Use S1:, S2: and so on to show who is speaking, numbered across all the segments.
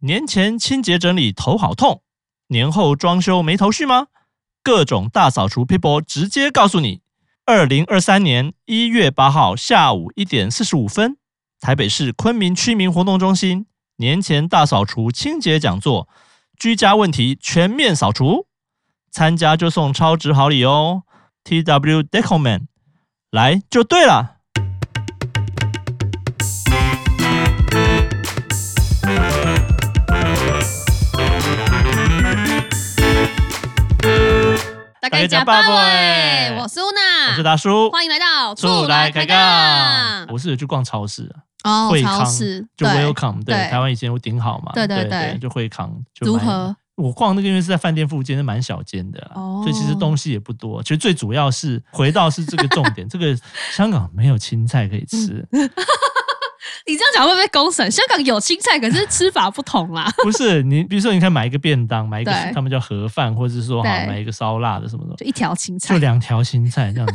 S1: 年前清洁整理头好痛，年后装修没头绪吗？各种大扫除 people 直接告诉你，二零二三年一月八号下午一点四十五分，台北市昆明区民活动中心年前大扫除清洁讲座，居家问题全面扫除，参加就送超值好礼哦！TW Decoman 来就对了。
S2: 大
S1: 概
S2: 概
S1: 加
S2: 加
S1: 八
S2: 八
S1: 位
S2: 位，欸我是
S1: 欸我是
S2: Una，
S1: 大叔，
S2: 欢迎来到
S1: 出来开
S2: 杠
S1: 杠。我是有去逛超市啊，
S2: 哦
S1: 惠，康
S2: 超市
S1: 就
S2: 对
S1: Welcome，对，
S2: 对
S1: 台湾以前有顶好嘛，
S2: 对
S1: 对
S2: 对对
S1: 就惠康。就
S2: 如
S1: 买
S2: 何？
S1: 我逛那个因为是在饭店附近，是蛮小间的啦，
S2: 哦
S1: 所以其实东西也不多。其实最主要是回到是这个重 点，这个香港没有青菜可以吃，
S2: 嗯你这样讲会不会公审？香港有青菜，可是吃法不同啦。
S1: 不是你，比如说你看买一个便当，买一个
S2: 对
S1: 他们叫盒饭，或者是说好
S2: 对
S1: 买一个烧腊的什么的，
S2: 就一条青菜
S1: 就，两条青菜这 样子。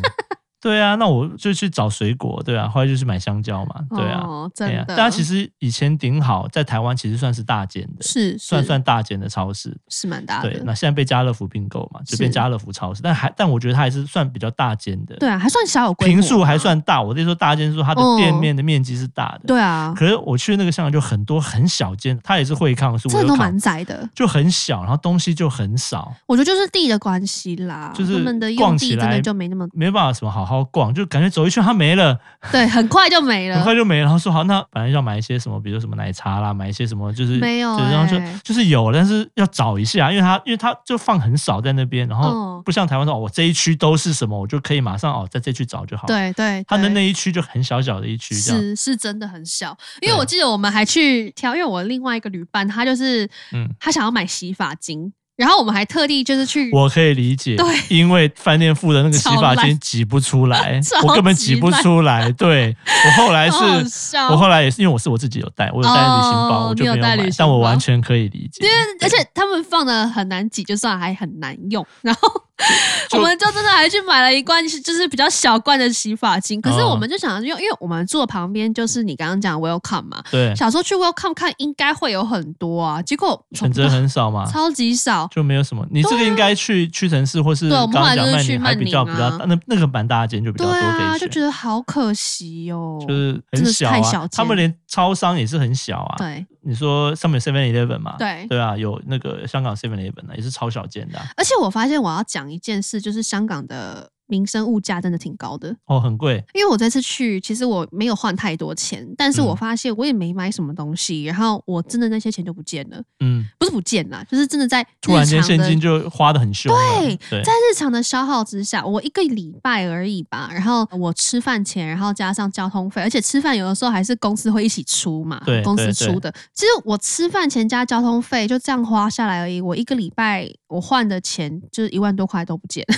S1: 对啊，那我就去找水果，对啊，后来就去买香蕉嘛，对啊，
S2: 哦，真
S1: 对啊。
S2: 的。
S1: 大家其实以前顶好在台湾其实算是大间的，
S2: 是
S1: 算
S2: 是
S1: 算大间的超市，
S2: 是蛮大
S1: 对，
S2: 的，
S1: 那现在被家乐福并购嘛，就变
S2: 是
S1: 家乐福超市，但还但我觉得它还是算比较大间的，
S2: 对啊，还算小有规模，
S1: 平数还。算大。我那时候大间是说它的
S2: 嗯
S1: 店面的面积是大的，
S2: 对啊，
S1: 可是我去那个香港就很多很小间，它也是惠康，是
S2: 这
S1: 威
S2: 都
S1: 尔
S2: 蛮
S1: 康，
S2: 窄的。
S1: 就很小，然后东西就很少，
S2: 我觉得就是地的关系啦，
S1: 就是
S2: 他们的
S1: 逛
S2: 用
S1: 起
S2: 地真
S1: 来
S2: 的就没那么
S1: 没办法什么好好逛，就感觉走一圈它没了，
S2: 对，很快就没
S1: 很
S2: 了
S1: 快。就没了。然后说好，那本来要买一些什么，比如说什么奶茶啦，买一些什么，就是
S2: 没有
S1: 对然后就
S2: 欸
S1: 就是有，但是要找一下，因为它因为它就放很少在那边，然后
S2: 嗯
S1: 不像台湾说、哦、我这一区都是什么，我就可以马上哦在这区找就好。，
S2: 对对，
S1: 它的
S2: 对
S1: 那一区就很小小的一区这样，
S2: 是是真的很小，因
S1: 对
S2: 为我记得我们还去挑，因为我另外一个旅伴他就是，
S1: 嗯
S2: 嗯，他想要买洗发精，然后我们还特地就是去，
S1: 我可以理解，
S2: 对
S1: 因为饭店付的那个洗
S2: 超
S1: 发精
S2: 烂
S1: 挤不出来
S2: 超，
S1: 我根本
S2: 级
S1: 挤不
S2: 烂
S1: 出来。对 我后来
S2: 好好
S1: 是。
S2: 笑
S1: 我后来也是因为我是我自己有带，我有带旅行包，
S2: 哦
S1: 我就
S2: 你有
S1: 没有
S2: 带旅
S1: 买，
S2: 行
S1: 但我完
S2: 包
S1: 全可以理解。
S2: 因为而且他们放的很难挤，就算还很难用，然后
S1: 就
S2: 我们就真的还去买了一罐，就是比较小罐的洗发精。可是
S1: 哦
S2: 我们就想用，因为我们住的旁边就是你刚刚讲的 Welcome 嘛，
S1: 对
S2: 小时候去 Welcome 看应该会有很多啊，结果
S1: 选择很少啊嘛，
S2: 超级少，
S1: 就没有什么。你这个应该去屈臣氏或是
S2: 啊对我
S1: 刚
S2: 们
S1: 刚
S2: 后来
S1: 讲
S2: 就是
S1: 曼
S2: 去
S1: 宁，还
S2: 曼
S1: 比较
S2: 宁
S1: 比较
S2: 啊
S1: 大，那那个蛮大间就比较
S2: 对
S1: 多
S2: 啊，
S1: 可
S2: 就
S1: 以
S2: 觉
S1: 选。
S2: 得好可惜哦，
S1: 就是很
S2: 真的是
S1: 小
S2: 太
S1: 啊，
S2: 小
S1: 他们
S2: 间
S1: 连超商也是很小啊。
S2: 对。
S1: 你说上面 Seven Eleven 嘛，
S2: 对
S1: 啊，有那个香港 Seven Eleven 啊，也是超小间的啊、
S2: 而且我发现我要讲一件事，就是香港的民生物价真的挺高的。
S1: 哦，很贵，
S2: 因为我这次去，其实我没有换太多钱，但是
S1: 嗯
S2: 我发现我也没买什么东西，然后我真的那些钱就不见了，
S1: 嗯，
S2: 不是不见了，就是真的在
S1: 突然
S2: 日
S1: 间
S2: 常
S1: 现
S2: 的
S1: 金就花的很凶啊，
S2: 对
S1: 对
S2: 在日常的消耗之下，我一个礼拜而已吧，然后我吃饭钱，然后加上交通费，而且吃饭有的时候还是公司会一起出嘛
S1: 对，
S2: 公司
S1: 对对
S2: 出的。其实我吃饭钱加交通费就这样花下来而已，我一个礼拜我换的钱就是一万多块都不见。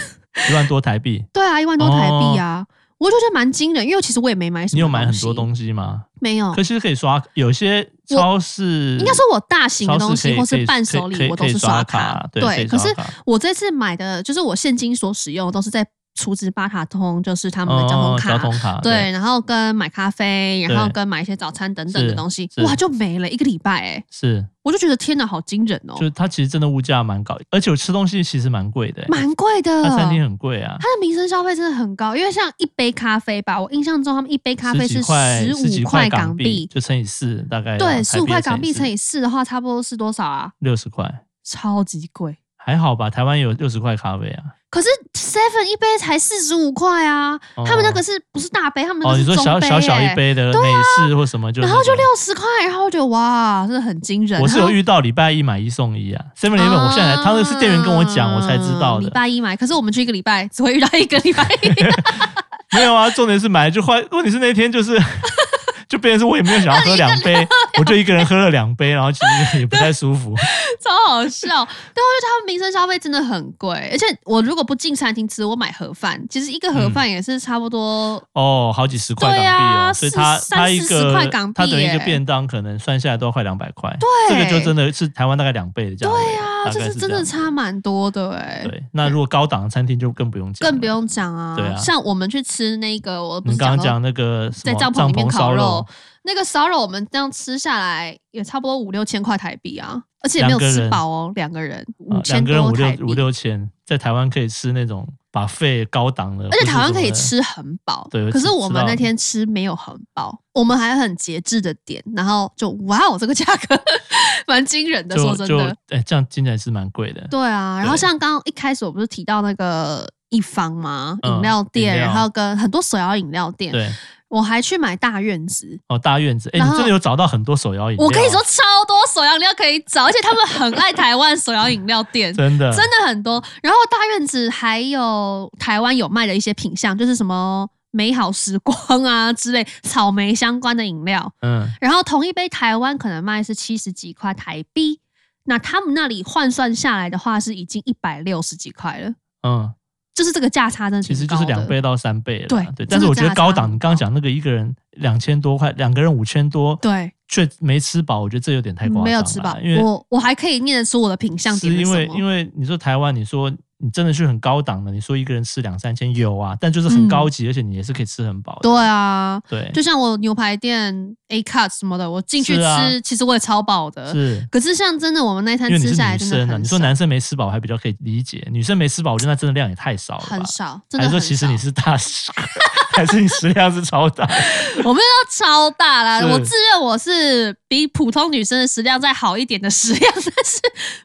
S1: 一万多台币。
S2: 对啊，一万多台币啊，我就觉得蛮惊人，因为其实我也没买什
S1: 哦
S2: 么。
S1: 你有买很多
S2: 西？
S1: 东西吗？
S2: 没有
S1: 可，其实可以刷，有些
S2: 我
S1: 超市
S2: 应该说我大型的
S1: 超市
S2: 东西
S1: 可以可以
S2: 或是伴
S1: 可以
S2: 手
S1: 可以
S2: 礼，我
S1: 可
S2: 都
S1: 以
S2: 是
S1: 刷
S2: 刷
S1: 卡，对可以
S2: 可
S1: 刷
S2: 是啊
S1: 卡
S2: 我这次买的就是我现金所使用，都是在储值巴卡通，就是他们的交通
S1: 哦
S2: 卡。
S1: 交通卡，
S2: 对，然后跟买咖啡，然后
S1: 对
S2: 跟买一些早餐等等
S1: 是
S2: 的东西，
S1: 是
S2: 哇，就没了一个礼拜哎、
S1: 是。
S2: 我就觉得天哪，好惊人哦
S1: 就，是它其实真的物价蛮高，而且我吃东西其实蛮贵的、欸，
S2: 蛮贵的。
S1: 它餐厅很贵啊，
S2: 它的民生消费真的很高，因为像一杯咖啡吧，我印象中他们一杯咖啡
S1: 十
S2: 是
S1: 几块
S2: 十
S1: 几
S2: 五块
S1: 港啊
S2: 港币，
S1: 就乘以四，大概
S2: 对，十五块港币乘
S1: 以
S2: 以四的话，差不多是多少啊？
S1: 六十块，
S2: 超级贵。
S1: 还好吧？台湾有六十块咖啡啊，
S2: 可是 Seven 一杯才四十五块啊，
S1: 哦
S2: 他们那个是不是大杯？他们那
S1: 哦，
S2: 个
S1: 你
S2: 是
S1: 说
S2: 中
S1: 小
S2: 杯、欸啊
S1: 小小一，杯的美式或什么就，
S2: 然后就。六十块，然后我觉得哇，真的很惊人。
S1: 我是有
S2: 然后
S1: 遇到礼拜一买一送一啊，Seven Eleven，我现在才他那是店员跟我讲，我才知道
S2: 啊
S1: 的
S2: 礼。拜一买，可是我们去一个礼拜，只会遇到一个礼拜 一。
S1: 没有啊，重点是买了就换。问题是那天就是 就变成是我也没有想要喝两杯，我就一个人喝了两杯，然后其实也不太舒
S2: 啊
S1: 服。
S2: 超好笑。对，我觉得他们民生消费真的很贵，而且我如果不进餐厅吃，我买盒饭，其实一个盒饭也是差不多。
S1: 哦，好几十块港币
S2: 对
S1: 哦，
S2: 啊
S1: 所以他
S2: 四
S1: 他一
S2: 三四十
S1: 个
S2: 块港币
S1: 他等于一个
S2: 耶
S1: 便当，可能算下来都要快两百块。
S2: 对
S1: 这个就真的是台湾大概两倍的价格。对
S2: 啊，就是真的差蛮多的哎、
S1: 对，那如果高档的餐厅就更不用讲了，
S2: 更不用讲啊。
S1: 对啊
S2: 像我们去吃那个，我不
S1: 你
S2: 是
S1: 刚刚
S2: 讲到
S1: 讲那个什
S2: 在
S1: 么
S2: 帐
S1: 篷
S2: 篷里面
S1: 烧
S2: 烤肉，那个烧肉我们这样吃下来也差不多五六千块台币啊，而且没
S1: 两
S2: 有
S1: 个人
S2: 吃饱哦，两个人五
S1: 啊两
S2: 千
S1: 个人
S2: 多
S1: 五六
S2: 台币，
S1: 五六千，在台湾可以吃那种把费高档的，
S2: 而且
S1: 不是
S2: 台湾
S1: 什么
S2: 可以
S1: 的
S2: 吃很饱，
S1: 对
S2: 可
S1: 吃
S2: 是我
S1: 吃
S2: 们
S1: 到
S2: 那天吃没有很饱，我们还很节制的点，然后就哇哦，这个价格蛮惊人的，说
S1: 就
S2: 真
S1: 就
S2: 的，
S1: 哎，这样听起来是蛮贵的。
S2: 对啊。然后
S1: 对
S2: 像刚刚一开始我不是提到那个一方吗？
S1: 嗯
S2: 饮料
S1: 饮
S2: 店，然
S1: 料
S2: 后跟很多手摇饮料店，
S1: 对
S2: 我还去买大院子，
S1: 哦，大院子，哎，
S2: 然
S1: 你
S2: 后
S1: 真的有找到很多手摇饮料，。
S2: 我跟你说，超多手摇饮料可以找，而且他们很爱台湾手摇饮料店
S1: 真的
S2: 真的很多，然后大院子还有台湾有卖的一些品相，就是什么美好时光啊之类草莓相关的饮料。
S1: 嗯，
S2: 然后同一杯台湾可能卖是七十几块台币，那他们那里换算下来的话是已经一百六十几块了，
S1: 嗯，
S2: 就是这个价差真的
S1: 其
S2: 挺
S1: 实就是
S2: 高的
S1: 两倍到三倍了。
S2: 对
S1: 对，
S2: 真
S1: 但是
S2: 的
S1: 我觉得
S2: 价
S1: 高
S2: 差
S1: 档，
S2: 很
S1: 你刚刚
S2: 高
S1: 讲那个一个人两千多块，两个人五千多，
S2: 对，
S1: 却没吃饱，我觉得这有点太夸张了。
S2: 没有吃饱
S1: 因为，
S2: 我我还可以念得出我的品相
S1: 是
S2: 点
S1: 因
S2: 什
S1: 为
S2: 么
S1: 因为你说台湾，你说你真的去很高档的，你说一个人吃两三千有啊，但就是很
S2: 嗯
S1: 高级，而且你也是可以吃很饱的。
S2: 对啊，
S1: 对，
S2: 就像我牛排店 A cut 什么的，我进去
S1: 是
S2: 吃，
S1: 啊
S2: 其实我也超饱的。
S1: 是。
S2: 可是像真的，我们那一餐
S1: 因为你
S2: 吃
S1: 是
S2: 下来
S1: 女
S2: 真的很
S1: 生
S2: 少，
S1: 啊，你说男生没吃饱我还比较可以理解，女生没吃饱，我觉得那真的量也太少了吧
S2: 很？少，真
S1: 还是
S2: 的
S1: 说
S2: 很
S1: 其实
S2: 少
S1: 你是大食 客，还是你食量是超 大？
S2: 我们要超大啦，
S1: 是
S2: 我自认我是比普通女生的食量再好一点的食量， 但是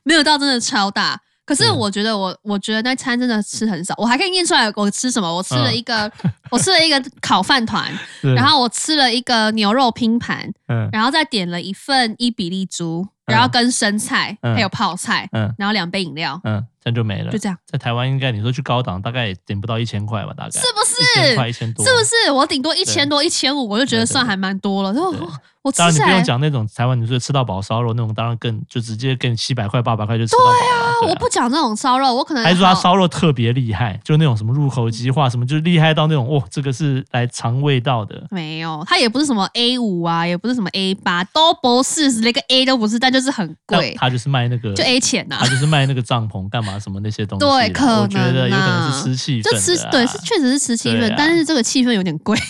S2: 没有到真的超大。可是
S1: 嗯
S2: 我觉得我，我觉得那餐真的吃很少，我还可以念出来我吃什么。我吃了一个，我吃了一个烤饭团，
S1: 嗯 是
S2: 然后我吃了一个牛肉拼盘，
S1: 嗯
S2: 然后再点了一份伊比利猪，然后跟生菜、
S1: 嗯
S2: 还有泡菜，
S1: 嗯
S2: 然后两杯饮料，
S1: 嗯，这样就没了。
S2: 就这样，
S1: 在台湾应该你说去高档，大概也顶不到一千块吧，大概
S2: 是不
S1: 嗯一千块
S2: 是？
S1: 一千多，啊
S2: 是不？是？我顶多一千多、一千五，我就觉得算还蛮多了。然后
S1: 对
S2: 我我吃
S1: 当然你
S2: 下
S1: 不
S2: 来
S1: 用，讲那种台湾，你说吃到饱烧肉那种，当然更就直接给你七百块八百块就吃到饱了。对啊
S2: 我不讲那种烧肉，我可能
S1: 还是说他
S2: 好
S1: 烧肉特别厉害，就那种什么入口即化，什么就是厉害到那种，哦，这个是来尝味道的。
S2: 没有，它也不是什么 A 五啊，也不是什么 A 八，都不是，连个 A 都不是，但就是很
S1: 但
S2: 贵，
S1: 他就是卖那个，
S2: 就 A 钱啊呐、
S1: 他就是卖那个帐篷干嘛什么那些东西的。
S2: 对可能啊
S1: 我觉得有可能是吃气氛
S2: 就
S1: 的啊。
S2: 吃对是确实是吃气
S1: 对
S2: 氛，
S1: 啊
S2: 但是这个气氛有点贵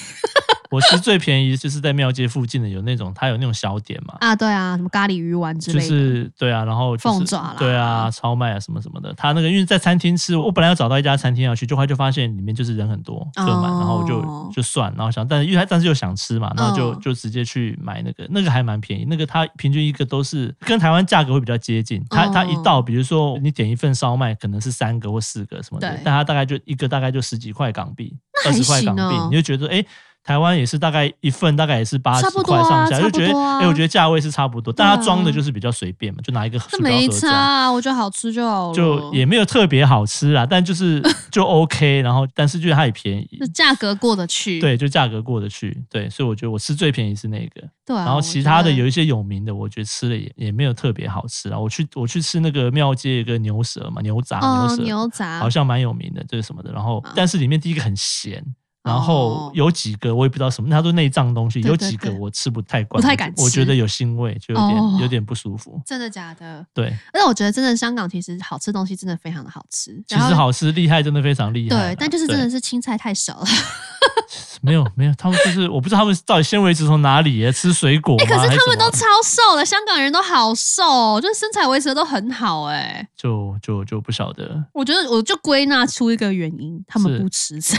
S1: 我吃最便宜就是在庙街附近的有那种，它有那种小点嘛，
S2: 啊，对啊，什么咖喱鱼丸之类
S1: 就
S2: 的，
S1: 是对啊，然后、就是、
S2: 凤爪啦
S1: 对啊，超卖啊什么什么的。他那个因为在餐厅吃，我本来要找到一家餐厅要去，就后来就发现里面就是人很多，客满，
S2: 哦
S1: 然后我就就算，然后想，但是因为但是又想吃嘛，然后就、
S2: 嗯
S1: 就直接去买那个，那个还蛮便宜，那个它平均一个都是跟台湾价格会比较接近，
S2: 哦
S1: 它、它一道，比如说你点一份烧麦，可能是三个或四个什么的
S2: 对，
S1: 但它大概就一个大概就十几块港币，二
S2: 还
S1: 十块港
S2: 行
S1: 币，
S2: 哦
S1: 你就觉得哎。诶台湾也是大概一份，大概也是八十
S2: 差不多
S1: 块
S2: 啊
S1: 上下，
S2: 差
S1: 就
S2: 不
S1: 觉得
S2: 多啊
S1: 哎、诶我觉得价位是差不多，
S2: 对
S1: 但
S2: 啊
S1: 它装的就是比较随便嘛，就拿一个
S2: 这
S1: 塑
S2: 没
S1: 胶盒
S2: 差、
S1: 装，
S2: 啊，我觉得好吃就好了，
S1: 就也没有特别好吃啊，但就是 就 OK，然后但是就是它也便宜
S2: 就，价格过得去，
S1: 对，就价格过得去，对，所以我觉得我吃最便宜是那个，
S2: 对啊，
S1: 然后
S2: 我
S1: 其
S2: 觉
S1: 他的
S2: 得
S1: 有一些有名的，我觉得吃了也也没有特别好吃啊。我去我去吃那个庙街有一个牛舌嘛，牛杂
S2: 哦
S1: 牛舌，
S2: 牛杂
S1: 好像蛮有名的，这是什么的，然后
S2: 啊
S1: 但是里面第一个很咸。然后
S2: 哦
S1: 有几个我也不知道什么，它都内脏东西，
S2: 对
S1: 有
S2: 对
S1: 几个
S2: 对
S1: 我吃不太惯，
S2: 不太
S1: 我
S2: 敢
S1: 觉我觉
S2: 吃
S1: 得有腥味，就有点
S2: 哦
S1: 有点不舒服。
S2: 真的假的？
S1: 对，
S2: 而且我觉得真的香港其实好吃的东西真的非常的好吃，
S1: 其
S2: 然后
S1: 实好吃厉害，真的非常厉害啦。
S2: 对，但就是真
S1: 对嗯
S2: 的是青菜太少了。
S1: 没有没有，他们就是我不知道他们到底纤维质从哪里耶，吃水果吗？
S2: 哎、可
S1: 还
S2: 是他
S1: 什
S2: 们
S1: 么
S2: 都超瘦的，香港人都好瘦哦、就是身材维持的都很好哎、
S1: 就就就不晓得
S2: 我觉得我就归纳出一个原因，他
S1: 是
S2: 们不吃 菜。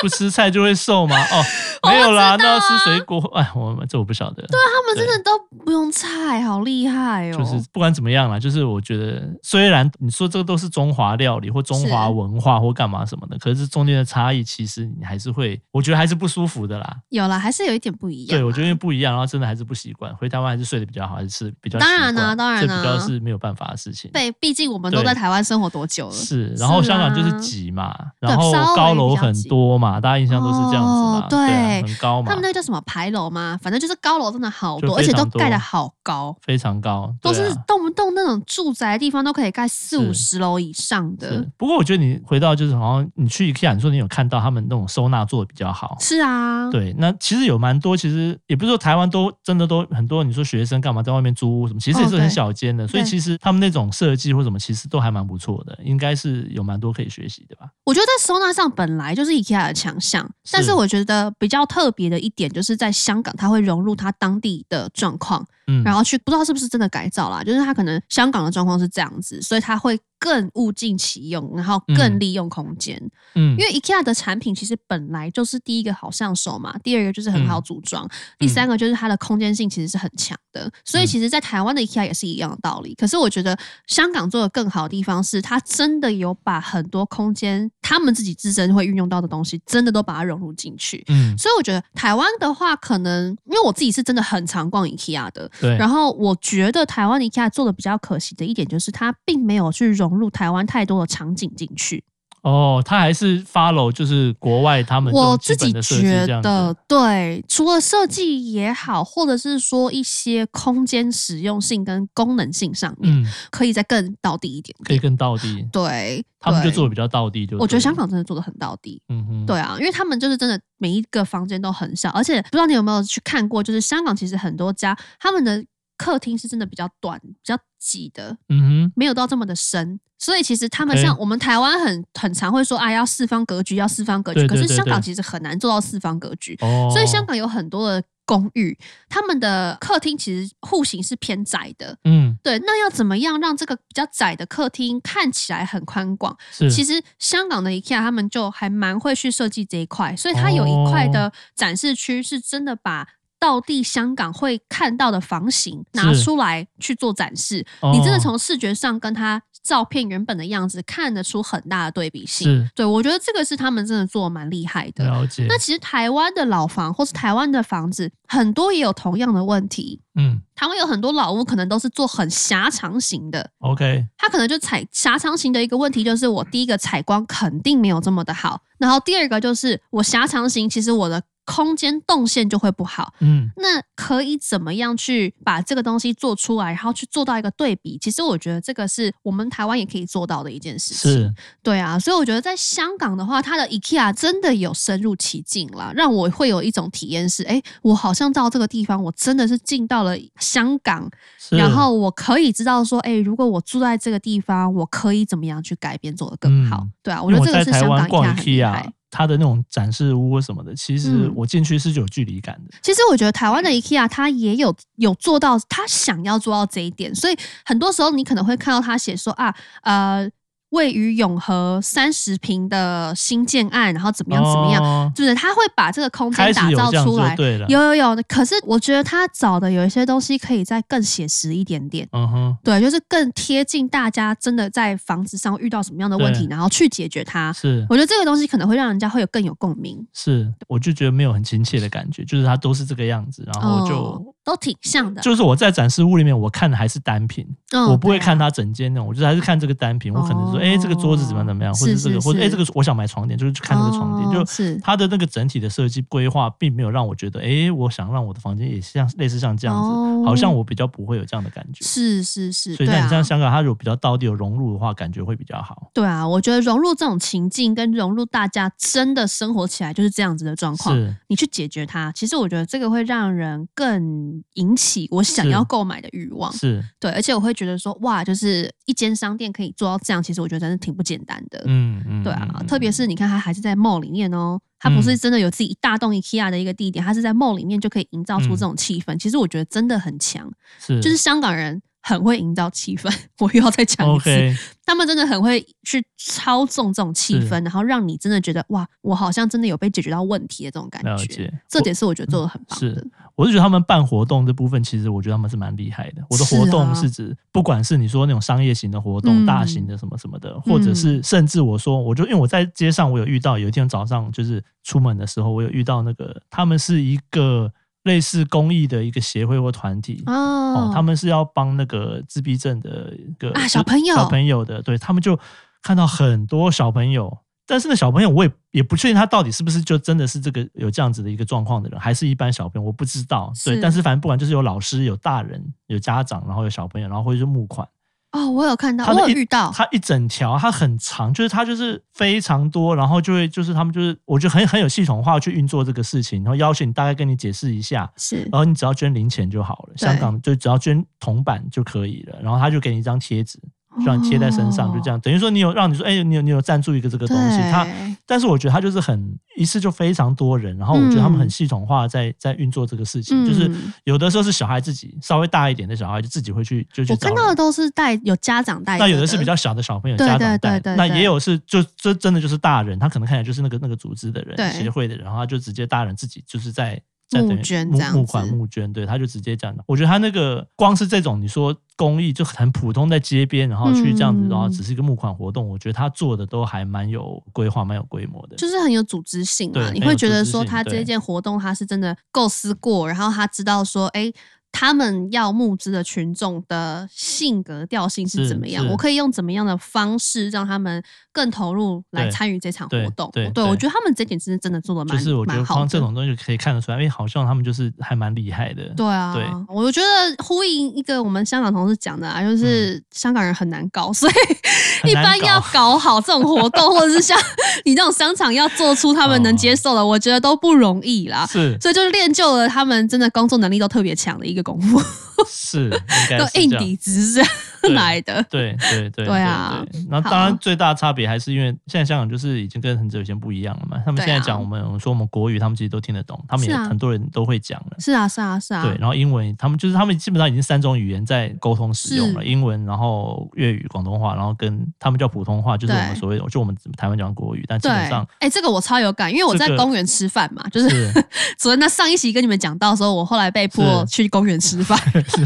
S1: 不吃菜就会瘦吗？ 哦，没有啦，那要吃水果，哎，我们这我不晓得。对啊，
S2: 他们真的都不用菜，好厉害哦、
S1: 就是不管怎么样啦，就是我觉得虽然你说这个都是中华料理或中华
S2: 是
S1: 文化或干嘛什么的，可是中间的差异其实你还是会，我觉得还是不舒服的啦。
S2: 有了，还是有一点不一样啊。
S1: 对，我觉得因为不一样，然后真的还是不习惯。回台湾还是睡得比较好，还是吃得比较
S2: 当然啦
S1: 习惯
S2: 当然
S1: 这比较
S2: 啦
S1: 是没有办法的事情。
S2: 对，毕竟我们都
S1: 对
S2: 在台湾生活多久了？
S1: 是，然后
S2: 是
S1: 香港就是
S2: 啦
S1: 挤嘛，
S2: 对
S1: 然后
S2: 稍微
S1: 高
S2: 比
S1: 楼
S2: 较
S1: 很
S2: 挤
S1: 多嘛，大家印象都是这样子嘛，
S2: 哦
S1: 对啊，
S2: 对
S1: 很高嘛
S2: 他们，那个叫什么牌楼吗？反正就是高楼真的好
S1: 就
S2: 多，
S1: 非
S2: 而且都
S1: 常多
S2: 盖的好高，
S1: 非常高，
S2: 都
S1: 对
S2: 是
S1: 啊
S2: 动不动那种住宅的地方都可以盖四五十楼以上的
S1: 是。不过我觉得你回到就是好像你去 IKEA，你说你有看到他们那种收纳做的比较好，
S2: 是啊，
S1: 对，那其实有蛮多，其实也不是说台湾都真的都很多，你说学生干嘛在外面租屋什么，其实也
S2: 哦
S1: 是很
S2: 对
S1: 小间的，所以
S2: 对
S1: 其实他们那种设计或什么，其实都还蛮不错的，应该是有蛮多可以学习的吧。
S2: 我觉得在收纳上本来就是 IKEA 的强项。
S1: 是
S2: 但是我觉得比较特别的一点，就是在香港，它会融入它当地的状况，
S1: 嗯，
S2: 然后去不知道是不是真的改造啦，就是它可能香港的状况是这样子，所以它会更物尽其用，然后
S1: 嗯
S2: 更利用空间。
S1: 嗯
S2: 因为 IKEA 的产品其实本来就是第一个好上手嘛，第二个就是很
S1: 嗯
S2: 好组装，第三个就是它的空间性其实是很强的。
S1: 嗯
S2: 所以其实，在台湾的 IKEA 也是一样的道理。可是我觉得香港做的更好的地方是，它真的有把很多空间他们自己自身会运用到的东西，真的都把它融入进去。
S1: 嗯，
S2: 所以我觉得台湾的话，可能因为我自己是真的很常逛 IKEA 的，
S1: 对，
S2: 然后我觉得台湾的 IKEA 做的比较可惜的一点就是，它并没有去融入台湾太多的场景进去。
S1: 哦，他还是 follow 就是国外他们这
S2: 我
S1: 种基
S2: 自
S1: 本
S2: 己
S1: 的设计
S2: 觉
S1: 这样子
S2: 得，对，除了设计也好，或者是说一些空间使用性跟功能性上面，
S1: 嗯，
S2: 可以再更到底一点
S1: 可以
S2: 点。
S1: 更到地，
S2: 对，
S1: 他们就
S2: 对
S1: 做的比较到地，就
S2: 我觉
S1: 对
S2: 得香
S1: 了，
S2: 港真的做的很到底。
S1: 嗯哼，
S2: 对啊，因为他们就是真的每一个房间都很小，而且不知道你有没有去看过，就是香港其实很多家他们的客厅是真的比较短、比较挤的，
S1: 嗯
S2: 没有到这么的深。所以其实他们
S1: OK
S2: 像我们台湾很很常会说啊，要四方格局，要四方格局。
S1: 对
S2: 可
S1: 对
S2: 是
S1: 对
S2: 香港
S1: 对
S2: 其实很难做到四方格局，
S1: 哼，哦，
S2: 所以香，港有很多的公寓，他们的客厅其实户型是偏窄的。
S1: 嗯，
S2: 对，那要怎么样让这个比较窄的客厅看起来很宽广？
S1: 是，
S2: 其实香港的 IKEA 他们就还蛮会去设计这一块，所以它有一块
S1: 哦
S2: 的展示区是真的把。到地香港会看到的房型拿
S1: 是
S2: 出来去做展示，你真的
S1: 哦
S2: 从视觉上跟它照片原本的样子看得出很大的对比性。
S1: 是
S2: 对我觉得这个是他们真的做的蛮厉害的。
S1: 了解，
S2: 那其实台湾的老房或是台湾的房子，很多也有同样的问题。
S1: 嗯
S2: 台湾有很多老屋可能都是做很狭长型的，
S1: ，OK，
S2: 它可能就采狭长型的一个问题就是，我第一个采光肯定没有这么的好，然后第二个就是我狭长型，其实我的空间动线就会不好。
S1: 嗯，
S2: 那可以怎么样去把这个东西做出来，然后去做到一个对比？其实我觉得这个是我们台湾也可以做到的一件事情。
S1: 是，
S2: 对啊，所以我觉得在香港的话，它的 IKEA 真的有深入其境啦，让我会有一种体验是，哎，我好像到这个地方，我真的是进到了香港，
S1: 是，
S2: 然后我可以知道说，哎，如果我住在这个地方，我可以怎么样去改变做得更好？
S1: 嗯
S2: 对啊，我
S1: 因为
S2: 觉
S1: 我
S2: 得
S1: 在
S2: 这个是
S1: 台
S2: 香
S1: 湾
S2: 港
S1: 逛
S2: IKEA 很厉
S1: IKEA，
S2: 害。
S1: 它的那种展示屋什么的，其实
S2: 嗯
S1: 我进去是有距离感的，
S2: 其实我觉得台湾的 IKEA 它也有有做到，它想要做到这一点，所以很多时候你可能会看到它写说啊，呃。位于永和三十平的新建案，然后怎么样怎么样，
S1: 哦
S2: 就是他会把这个空
S1: 开
S2: 间
S1: 始
S2: 打
S1: 有
S2: 造
S1: 这样
S2: 出
S1: 就
S2: 来。
S1: 对啊了，
S2: 有有有，可是我觉得他找的有一些东西可以再更写实一点点，
S1: 嗯哼，
S2: 对，就是更贴近大家真的在房子上遇到什么样的问题，
S1: 对
S2: 然后去解决它。
S1: 是。
S2: 我觉得这个东西可能会让人家会有更有共鸣，
S1: 是，我就觉得没有很亲切的感觉，就是它都是这个样子，然后就、
S2: 哦、都挺像的。
S1: 就是我在展示屋里面，我看的还是单品，
S2: 嗯
S1: 我不会看
S2: 对啊哦
S1: 它整间那种，我就是还是看这个单品，我可能说，哎、这个桌子怎么样怎么样，或者
S2: 是
S1: 这个，
S2: 是
S1: 或者哎、
S2: 是
S1: 这个我想买床垫，就是去看这个床垫，
S2: 哦
S1: 就是它的那个整体的设计规划，并没有让我觉得，哎、我想让我的房间也像类似像这样子，
S2: 哦
S1: 好像我比较不会有这样的感觉。
S2: 是是是，
S1: 所以，
S2: 对
S1: 那你
S2: 啊
S1: 像香港，它如果比较到地有融入的话，感觉会比较好。
S2: 对啊，我觉得融入这种情境跟融入大家真的生活起来就是这样子的状况。嗯
S1: 是，
S2: 你去解决它，其实我觉得这个会让人更引起我想
S1: 是
S2: 要购买的欲望。
S1: 是，
S2: 对，而且我会觉得说，哇，就是一间商店可以做到这样，其实我觉得真是挺不简单的。
S1: 嗯嗯，
S2: 对啊，
S1: 嗯
S2: 特别是你看，它还是在 mall 里面哦，它不是真的有自己一大栋 IKEA 的一个地点，它是在 mall 里面就可以营造出这种气氛。其实我觉得真的很强，
S1: 嗯是
S2: 就是香港人很会营造气氛。 我又要再讲一次
S1: OK，
S2: 他们真的很会去操纵这种气
S1: 是
S2: 氛，然后让你真的觉得哇，我好像真的有被解决到问题的这种感
S1: 了
S2: 觉
S1: 解。
S2: 这点是我觉得做的很棒的
S1: 嗯是。我是觉得他们办活动这部分，其实我觉得他们是蛮厉害的。我的
S2: 是
S1: 活动
S2: 啊
S1: 是指，不管是你说那种商业型的活动、
S2: 嗯
S1: 大型的什么什么的，或者是甚至我说，我就因为我在街上，我有遇到有一天早上就是出门的时候，我有遇到那个他们是一个类似公益的一个协会或团体。哦
S2: 哦，
S1: 他们是要帮那个自闭症的一个
S2: 啊小朋友
S1: 小朋友的，对他们就看到很多小朋友，但是那小朋友我也也不确定他到底是不是就真的是这个有这样子的一个状况的人，还是一般小朋友，我不知道。对，
S2: 是
S1: 但是反正不管就是有老师、有大人、有家长，然后有小朋友，然后或者是募款，
S2: 哦，我有看到，
S1: 他的
S2: 我有
S1: 一
S2: 遇到，
S1: 它一整条，它很长，就是它就是非常多，然后就会就是他们就是我觉得很很有系统化去运作这个事情，然后要求你大概跟你解释一下，
S2: 是
S1: 然后你只要捐零钱就好了，
S2: 对
S1: 香港就只要捐铜板就可以了，然后他就给你一张贴纸，
S2: 哦
S1: 让你贴在身上，就这样。等于说你有让你说，哎、你有你有赞助一个这个东西，它
S2: 对
S1: 但是我觉得他就是很一次就非常多人，然后我觉得他们很系统化在、在运作这个事情，
S2: 嗯
S1: 就是有的时候是小孩自己稍微大一点的小孩就自己会去就去
S2: 我
S1: 找
S2: 看到的
S1: 人，
S2: 都是带有家长带着，
S1: 那有的是比较小的小朋友
S2: 对
S1: 家长带
S2: 对
S1: 的，
S2: 对对
S1: 那
S2: 对
S1: 也有是就这真的就是大人，他可能看起来就是那个那个组织的
S2: 对
S1: 人协会的人，然后他就直接大人自己就是在。在
S2: 募
S1: 等于
S2: 捐
S1: 募
S2: 这样
S1: 募款
S2: 子
S1: 募捐，对，他就直接这样的。我觉得他那个光是这种你说公益就很普通，在街边然后去这样子，
S2: 嗯
S1: 然后只是一个募款活动，我觉得他做的都还蛮有规划、蛮有规模的。
S2: 就是很有组织性
S1: 对
S2: 嘛，
S1: 很
S2: 你
S1: 有
S2: 会觉得
S1: 组织
S2: 说
S1: 性
S2: 他这
S1: 对
S2: 件活动他是真的构思过，然后他知道说，哎、他们要募资的群众的性格调性是
S1: 是
S2: 怎么样，
S1: 是
S2: 我可以用怎么样的方式让他们更投入来
S1: 对
S2: 参与这场
S1: 对
S2: 活动。
S1: 对
S2: 我
S1: 对
S2: 觉得他们这点真的真的做的蛮
S1: 就是我觉
S2: 蛮
S1: 得
S2: 好
S1: 光
S2: 的。
S1: 这种东西可以看得出来，因为好像他们就是还蛮厉害的。
S2: 对啊，
S1: 对
S2: 我觉得呼应一个我们香港同事讲的啊，就是香港人很难搞，所以
S1: 嗯很
S2: 一
S1: 难
S2: 般要
S1: 搞
S2: 搞好这种活 动，或者是像你这种商场要做出他们能
S1: 哦
S2: 接受的，我觉得都不容易啦。
S1: 是
S2: 所以就是练就了他们真的工作能力都特别强的一个功夫，
S1: 是，应 该
S2: 都
S1: 是这
S2: 硬
S1: 样。
S2: 底子是这
S1: 对
S2: 样 来的。
S1: 对对对
S2: 对啊
S1: 对那
S2: 好
S1: 当然最大差别还是因为现在香港就是已经跟很久以前不一样了嘛。他们
S2: 对啊
S1: 现在讲我们我们说我们国语，他们其实都听得懂，他们也
S2: 是啊
S1: 很多人都会讲了。
S2: 是啊，是啊，是啊，
S1: 对，然后英文，他们就是他们基本上已经三种语言在沟通使用了，
S2: 是
S1: 英文，然后粤语、广东话，然后跟他们叫普通话，就是我们
S2: 对
S1: 所谓的就我们台湾讲国语，但基
S2: 对，
S1: 本
S2: 哎
S1: 上、
S2: 这个我超有感，因为我在
S1: 这个
S2: 公园吃饭嘛，就是
S1: 是
S2: 昨天那上一期跟你们讲到的时候，我后来被迫
S1: 是
S2: 去公园 吃饭，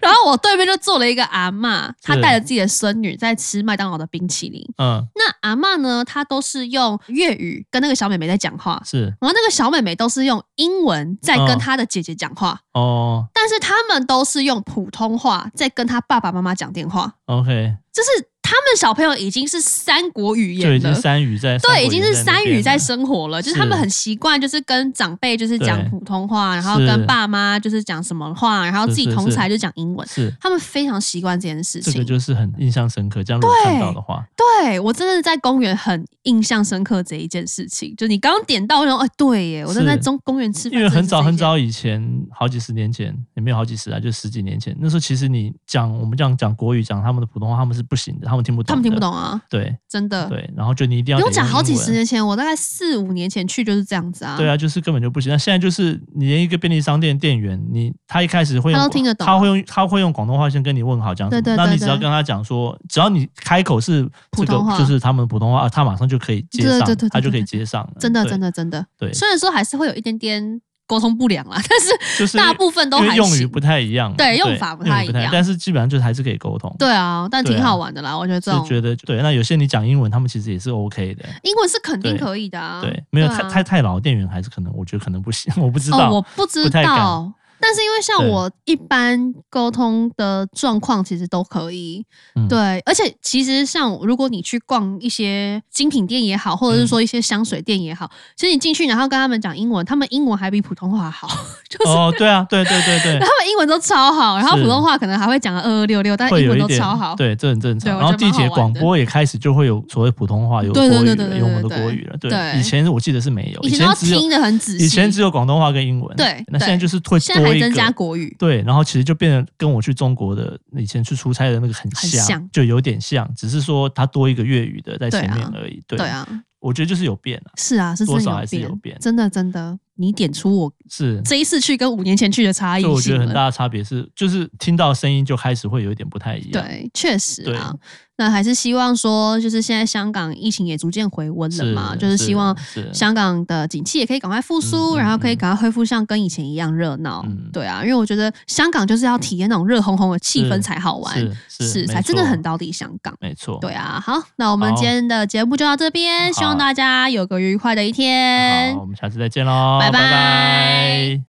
S2: 然后我对面就坐了一个阿嬷，她
S1: 是
S2: 带着自己的孙女在吃麦当劳的冰淇淋。
S1: 嗯
S2: 那阿嬷呢，她都是用粤语跟那个小妹妹在讲话，
S1: 是
S2: 然后那个小妹妹都是用英文在跟
S1: 嗯
S2: 她的姐姐讲话，
S1: 哦
S2: 但是他们都是用普通话在跟她爸爸妈妈讲电话，
S1: ，OK。
S2: 就是他们小朋友已经是三国语
S1: 就已
S2: 言
S1: 经
S2: 了。
S1: 三语在，三
S2: 对，
S1: 国
S2: 已经是
S1: 那
S2: 三
S1: 边
S2: 语在
S1: 了
S2: 生活了，就是
S1: 是
S2: 他们很习惯，就是跟长辈就是讲
S1: 对
S2: 普通话，然后
S1: 是
S2: 跟爸妈就是讲什么话，然后自己
S1: 是是
S2: 同才
S1: 是
S2: 就讲英文，
S1: 是
S2: 他们非常习惯这件事
S1: 这个
S2: 情。
S1: 就是很印象深刻。这样如果看到
S2: 对
S1: 的话，
S2: 对我真的在公园很印象深刻这一件事情，就你刚刚点到，然后哎，对耶，我正
S1: 是
S2: 在中公园吃饭，
S1: 因为
S2: 真的
S1: 很
S2: 是
S1: 早
S2: 这一
S1: 很
S2: 件，
S1: 早以前，好几十年前也没有好几十啊，就十几年前，那时候其实你讲我们这样讲国语，讲他们的普通话，他们是不行的，他们听不懂，
S2: 他们听不。懂啊，
S1: 对
S2: 真的。
S1: 对，然后就你一定要
S2: 因为我
S1: 得
S2: 讲
S1: 用
S2: 好几
S1: 英文
S2: 十。年前，我大概四五年前去就是这样子啊。
S1: 对啊，就是根本就不行。那现在就是你连一个便利商店店员，你他一开始会用
S2: 他都听得懂
S1: 他会用他会用广东话先跟你问好讲什么，
S2: 对对
S1: 那
S2: 对
S1: 你只要
S2: 对
S1: 跟他讲说，只要你开口是
S2: 普
S1: 这
S2: 通话
S1: 个就是他们普通话，啊他马上就可以接
S2: 对对
S1: 上
S2: 对对，
S1: 他就可
S2: 对
S1: 以
S2: 对
S1: 接上了。
S2: 真的
S1: 对
S2: 真的真的，
S1: 对
S2: 虽然说还是会有一点点沟通不良啦，但是
S1: 就是
S2: 大
S1: 因为
S2: 部分都
S1: 因
S2: 还
S1: 为
S2: 行。
S1: 用语不太一样嘛，
S2: 对用法不
S1: 用语
S2: 太
S1: 不
S2: 一样
S1: 但是基本上就是还是可以沟通。，
S2: 对啊，但
S1: 对
S2: 挺
S1: 啊
S2: 好玩的啦，我觉得这
S1: 是
S2: 种
S1: 觉得对。那有些你讲英文，他们其实也是 OK 的，
S2: 英文是肯定
S1: 对
S2: 可以的啊。
S1: 对，没有
S2: 啊
S1: 太太太老的店员还是可能，我觉得可能不行，我不知
S2: 哦，
S1: 道。
S2: 我不知
S1: 不太敢
S2: 道。但是因为像
S1: 对
S2: 我一般沟通的状况，其实都可以。
S1: 嗯
S2: 对，而且其实像如果你去逛一些精品店也好，或
S1: 嗯
S2: 者是说一些香水店也好，其实你进去然后跟他们讲英文，他们英文还比普通话好， 就是。
S1: 哦，对啊，对对对对
S2: 他，们英文都超好，然后
S1: 是
S2: 普通话可能还会讲个二二六六，但
S1: 会
S2: 英
S1: 有
S2: 文
S1: 一
S2: 都
S1: 点
S2: 超好。
S1: 对，这很正
S2: 对
S1: 常。
S2: 我
S1: 然后地
S2: 觉得蛮
S1: 铁
S2: 好玩
S1: 广
S2: 的
S1: 播也开始就会有所谓普通话，有国
S2: 对对
S1: 语
S2: 对对
S1: 了，
S2: 对
S1: 有我们的
S2: 对
S1: 国语了。
S2: 对
S1: 以前我记得是没有，
S2: 以
S1: 前
S2: 前都要
S1: 只有
S2: 听得很仔细，
S1: 以前只有广东话跟英文，
S2: 对
S1: 那现在
S2: 对
S1: 就是会
S2: 现在
S1: 多
S2: 还
S1: 一
S2: 增
S1: 个
S2: 加国语。
S1: 对，然后其实就变得跟我去中国的以前去出差的那个很
S2: 很
S1: 像，
S2: 像
S1: 就有点像，只是说它多一个粤语的在
S2: 对
S1: 前面
S2: 啊
S1: 而已。对
S2: 对啊，
S1: 我觉得就是有变啊，
S2: 是啊，是真
S1: 多
S2: 的
S1: 少
S2: 有
S1: 还是
S2: 变，
S1: 有变
S2: 真的真的，你点出我
S1: 是。
S2: 这一次去跟五年前去的差异
S1: 所以我觉
S2: 性
S1: 得很
S2: 了。
S1: 大的差别是，就是听到声音就开始会有一点不太一样。，
S2: 对，确实啊，那还是希望说，就是现在香港疫情也逐渐回温了
S1: 是
S2: 嘛，就是希望
S1: 是
S2: 香港的景气也可以赶快复苏，
S1: 嗯嗯
S2: 然后可以
S1: 嗯
S2: 赶快恢复像跟以前一样热闹。
S1: 嗯
S2: 对啊，因为我觉得香港就是要体验那种热烘烘的气氛
S1: 是
S2: 才好玩，
S1: 是没
S2: 才真的
S1: 错
S2: 很到底香港。
S1: 没错。
S2: 对啊，好，那我们
S1: 好
S2: 今天的节目就到这边，希望
S1: 好
S2: 大家有个愉快的一天
S1: 好，。我们下次再见喽，
S2: 拜拜
S1: 拜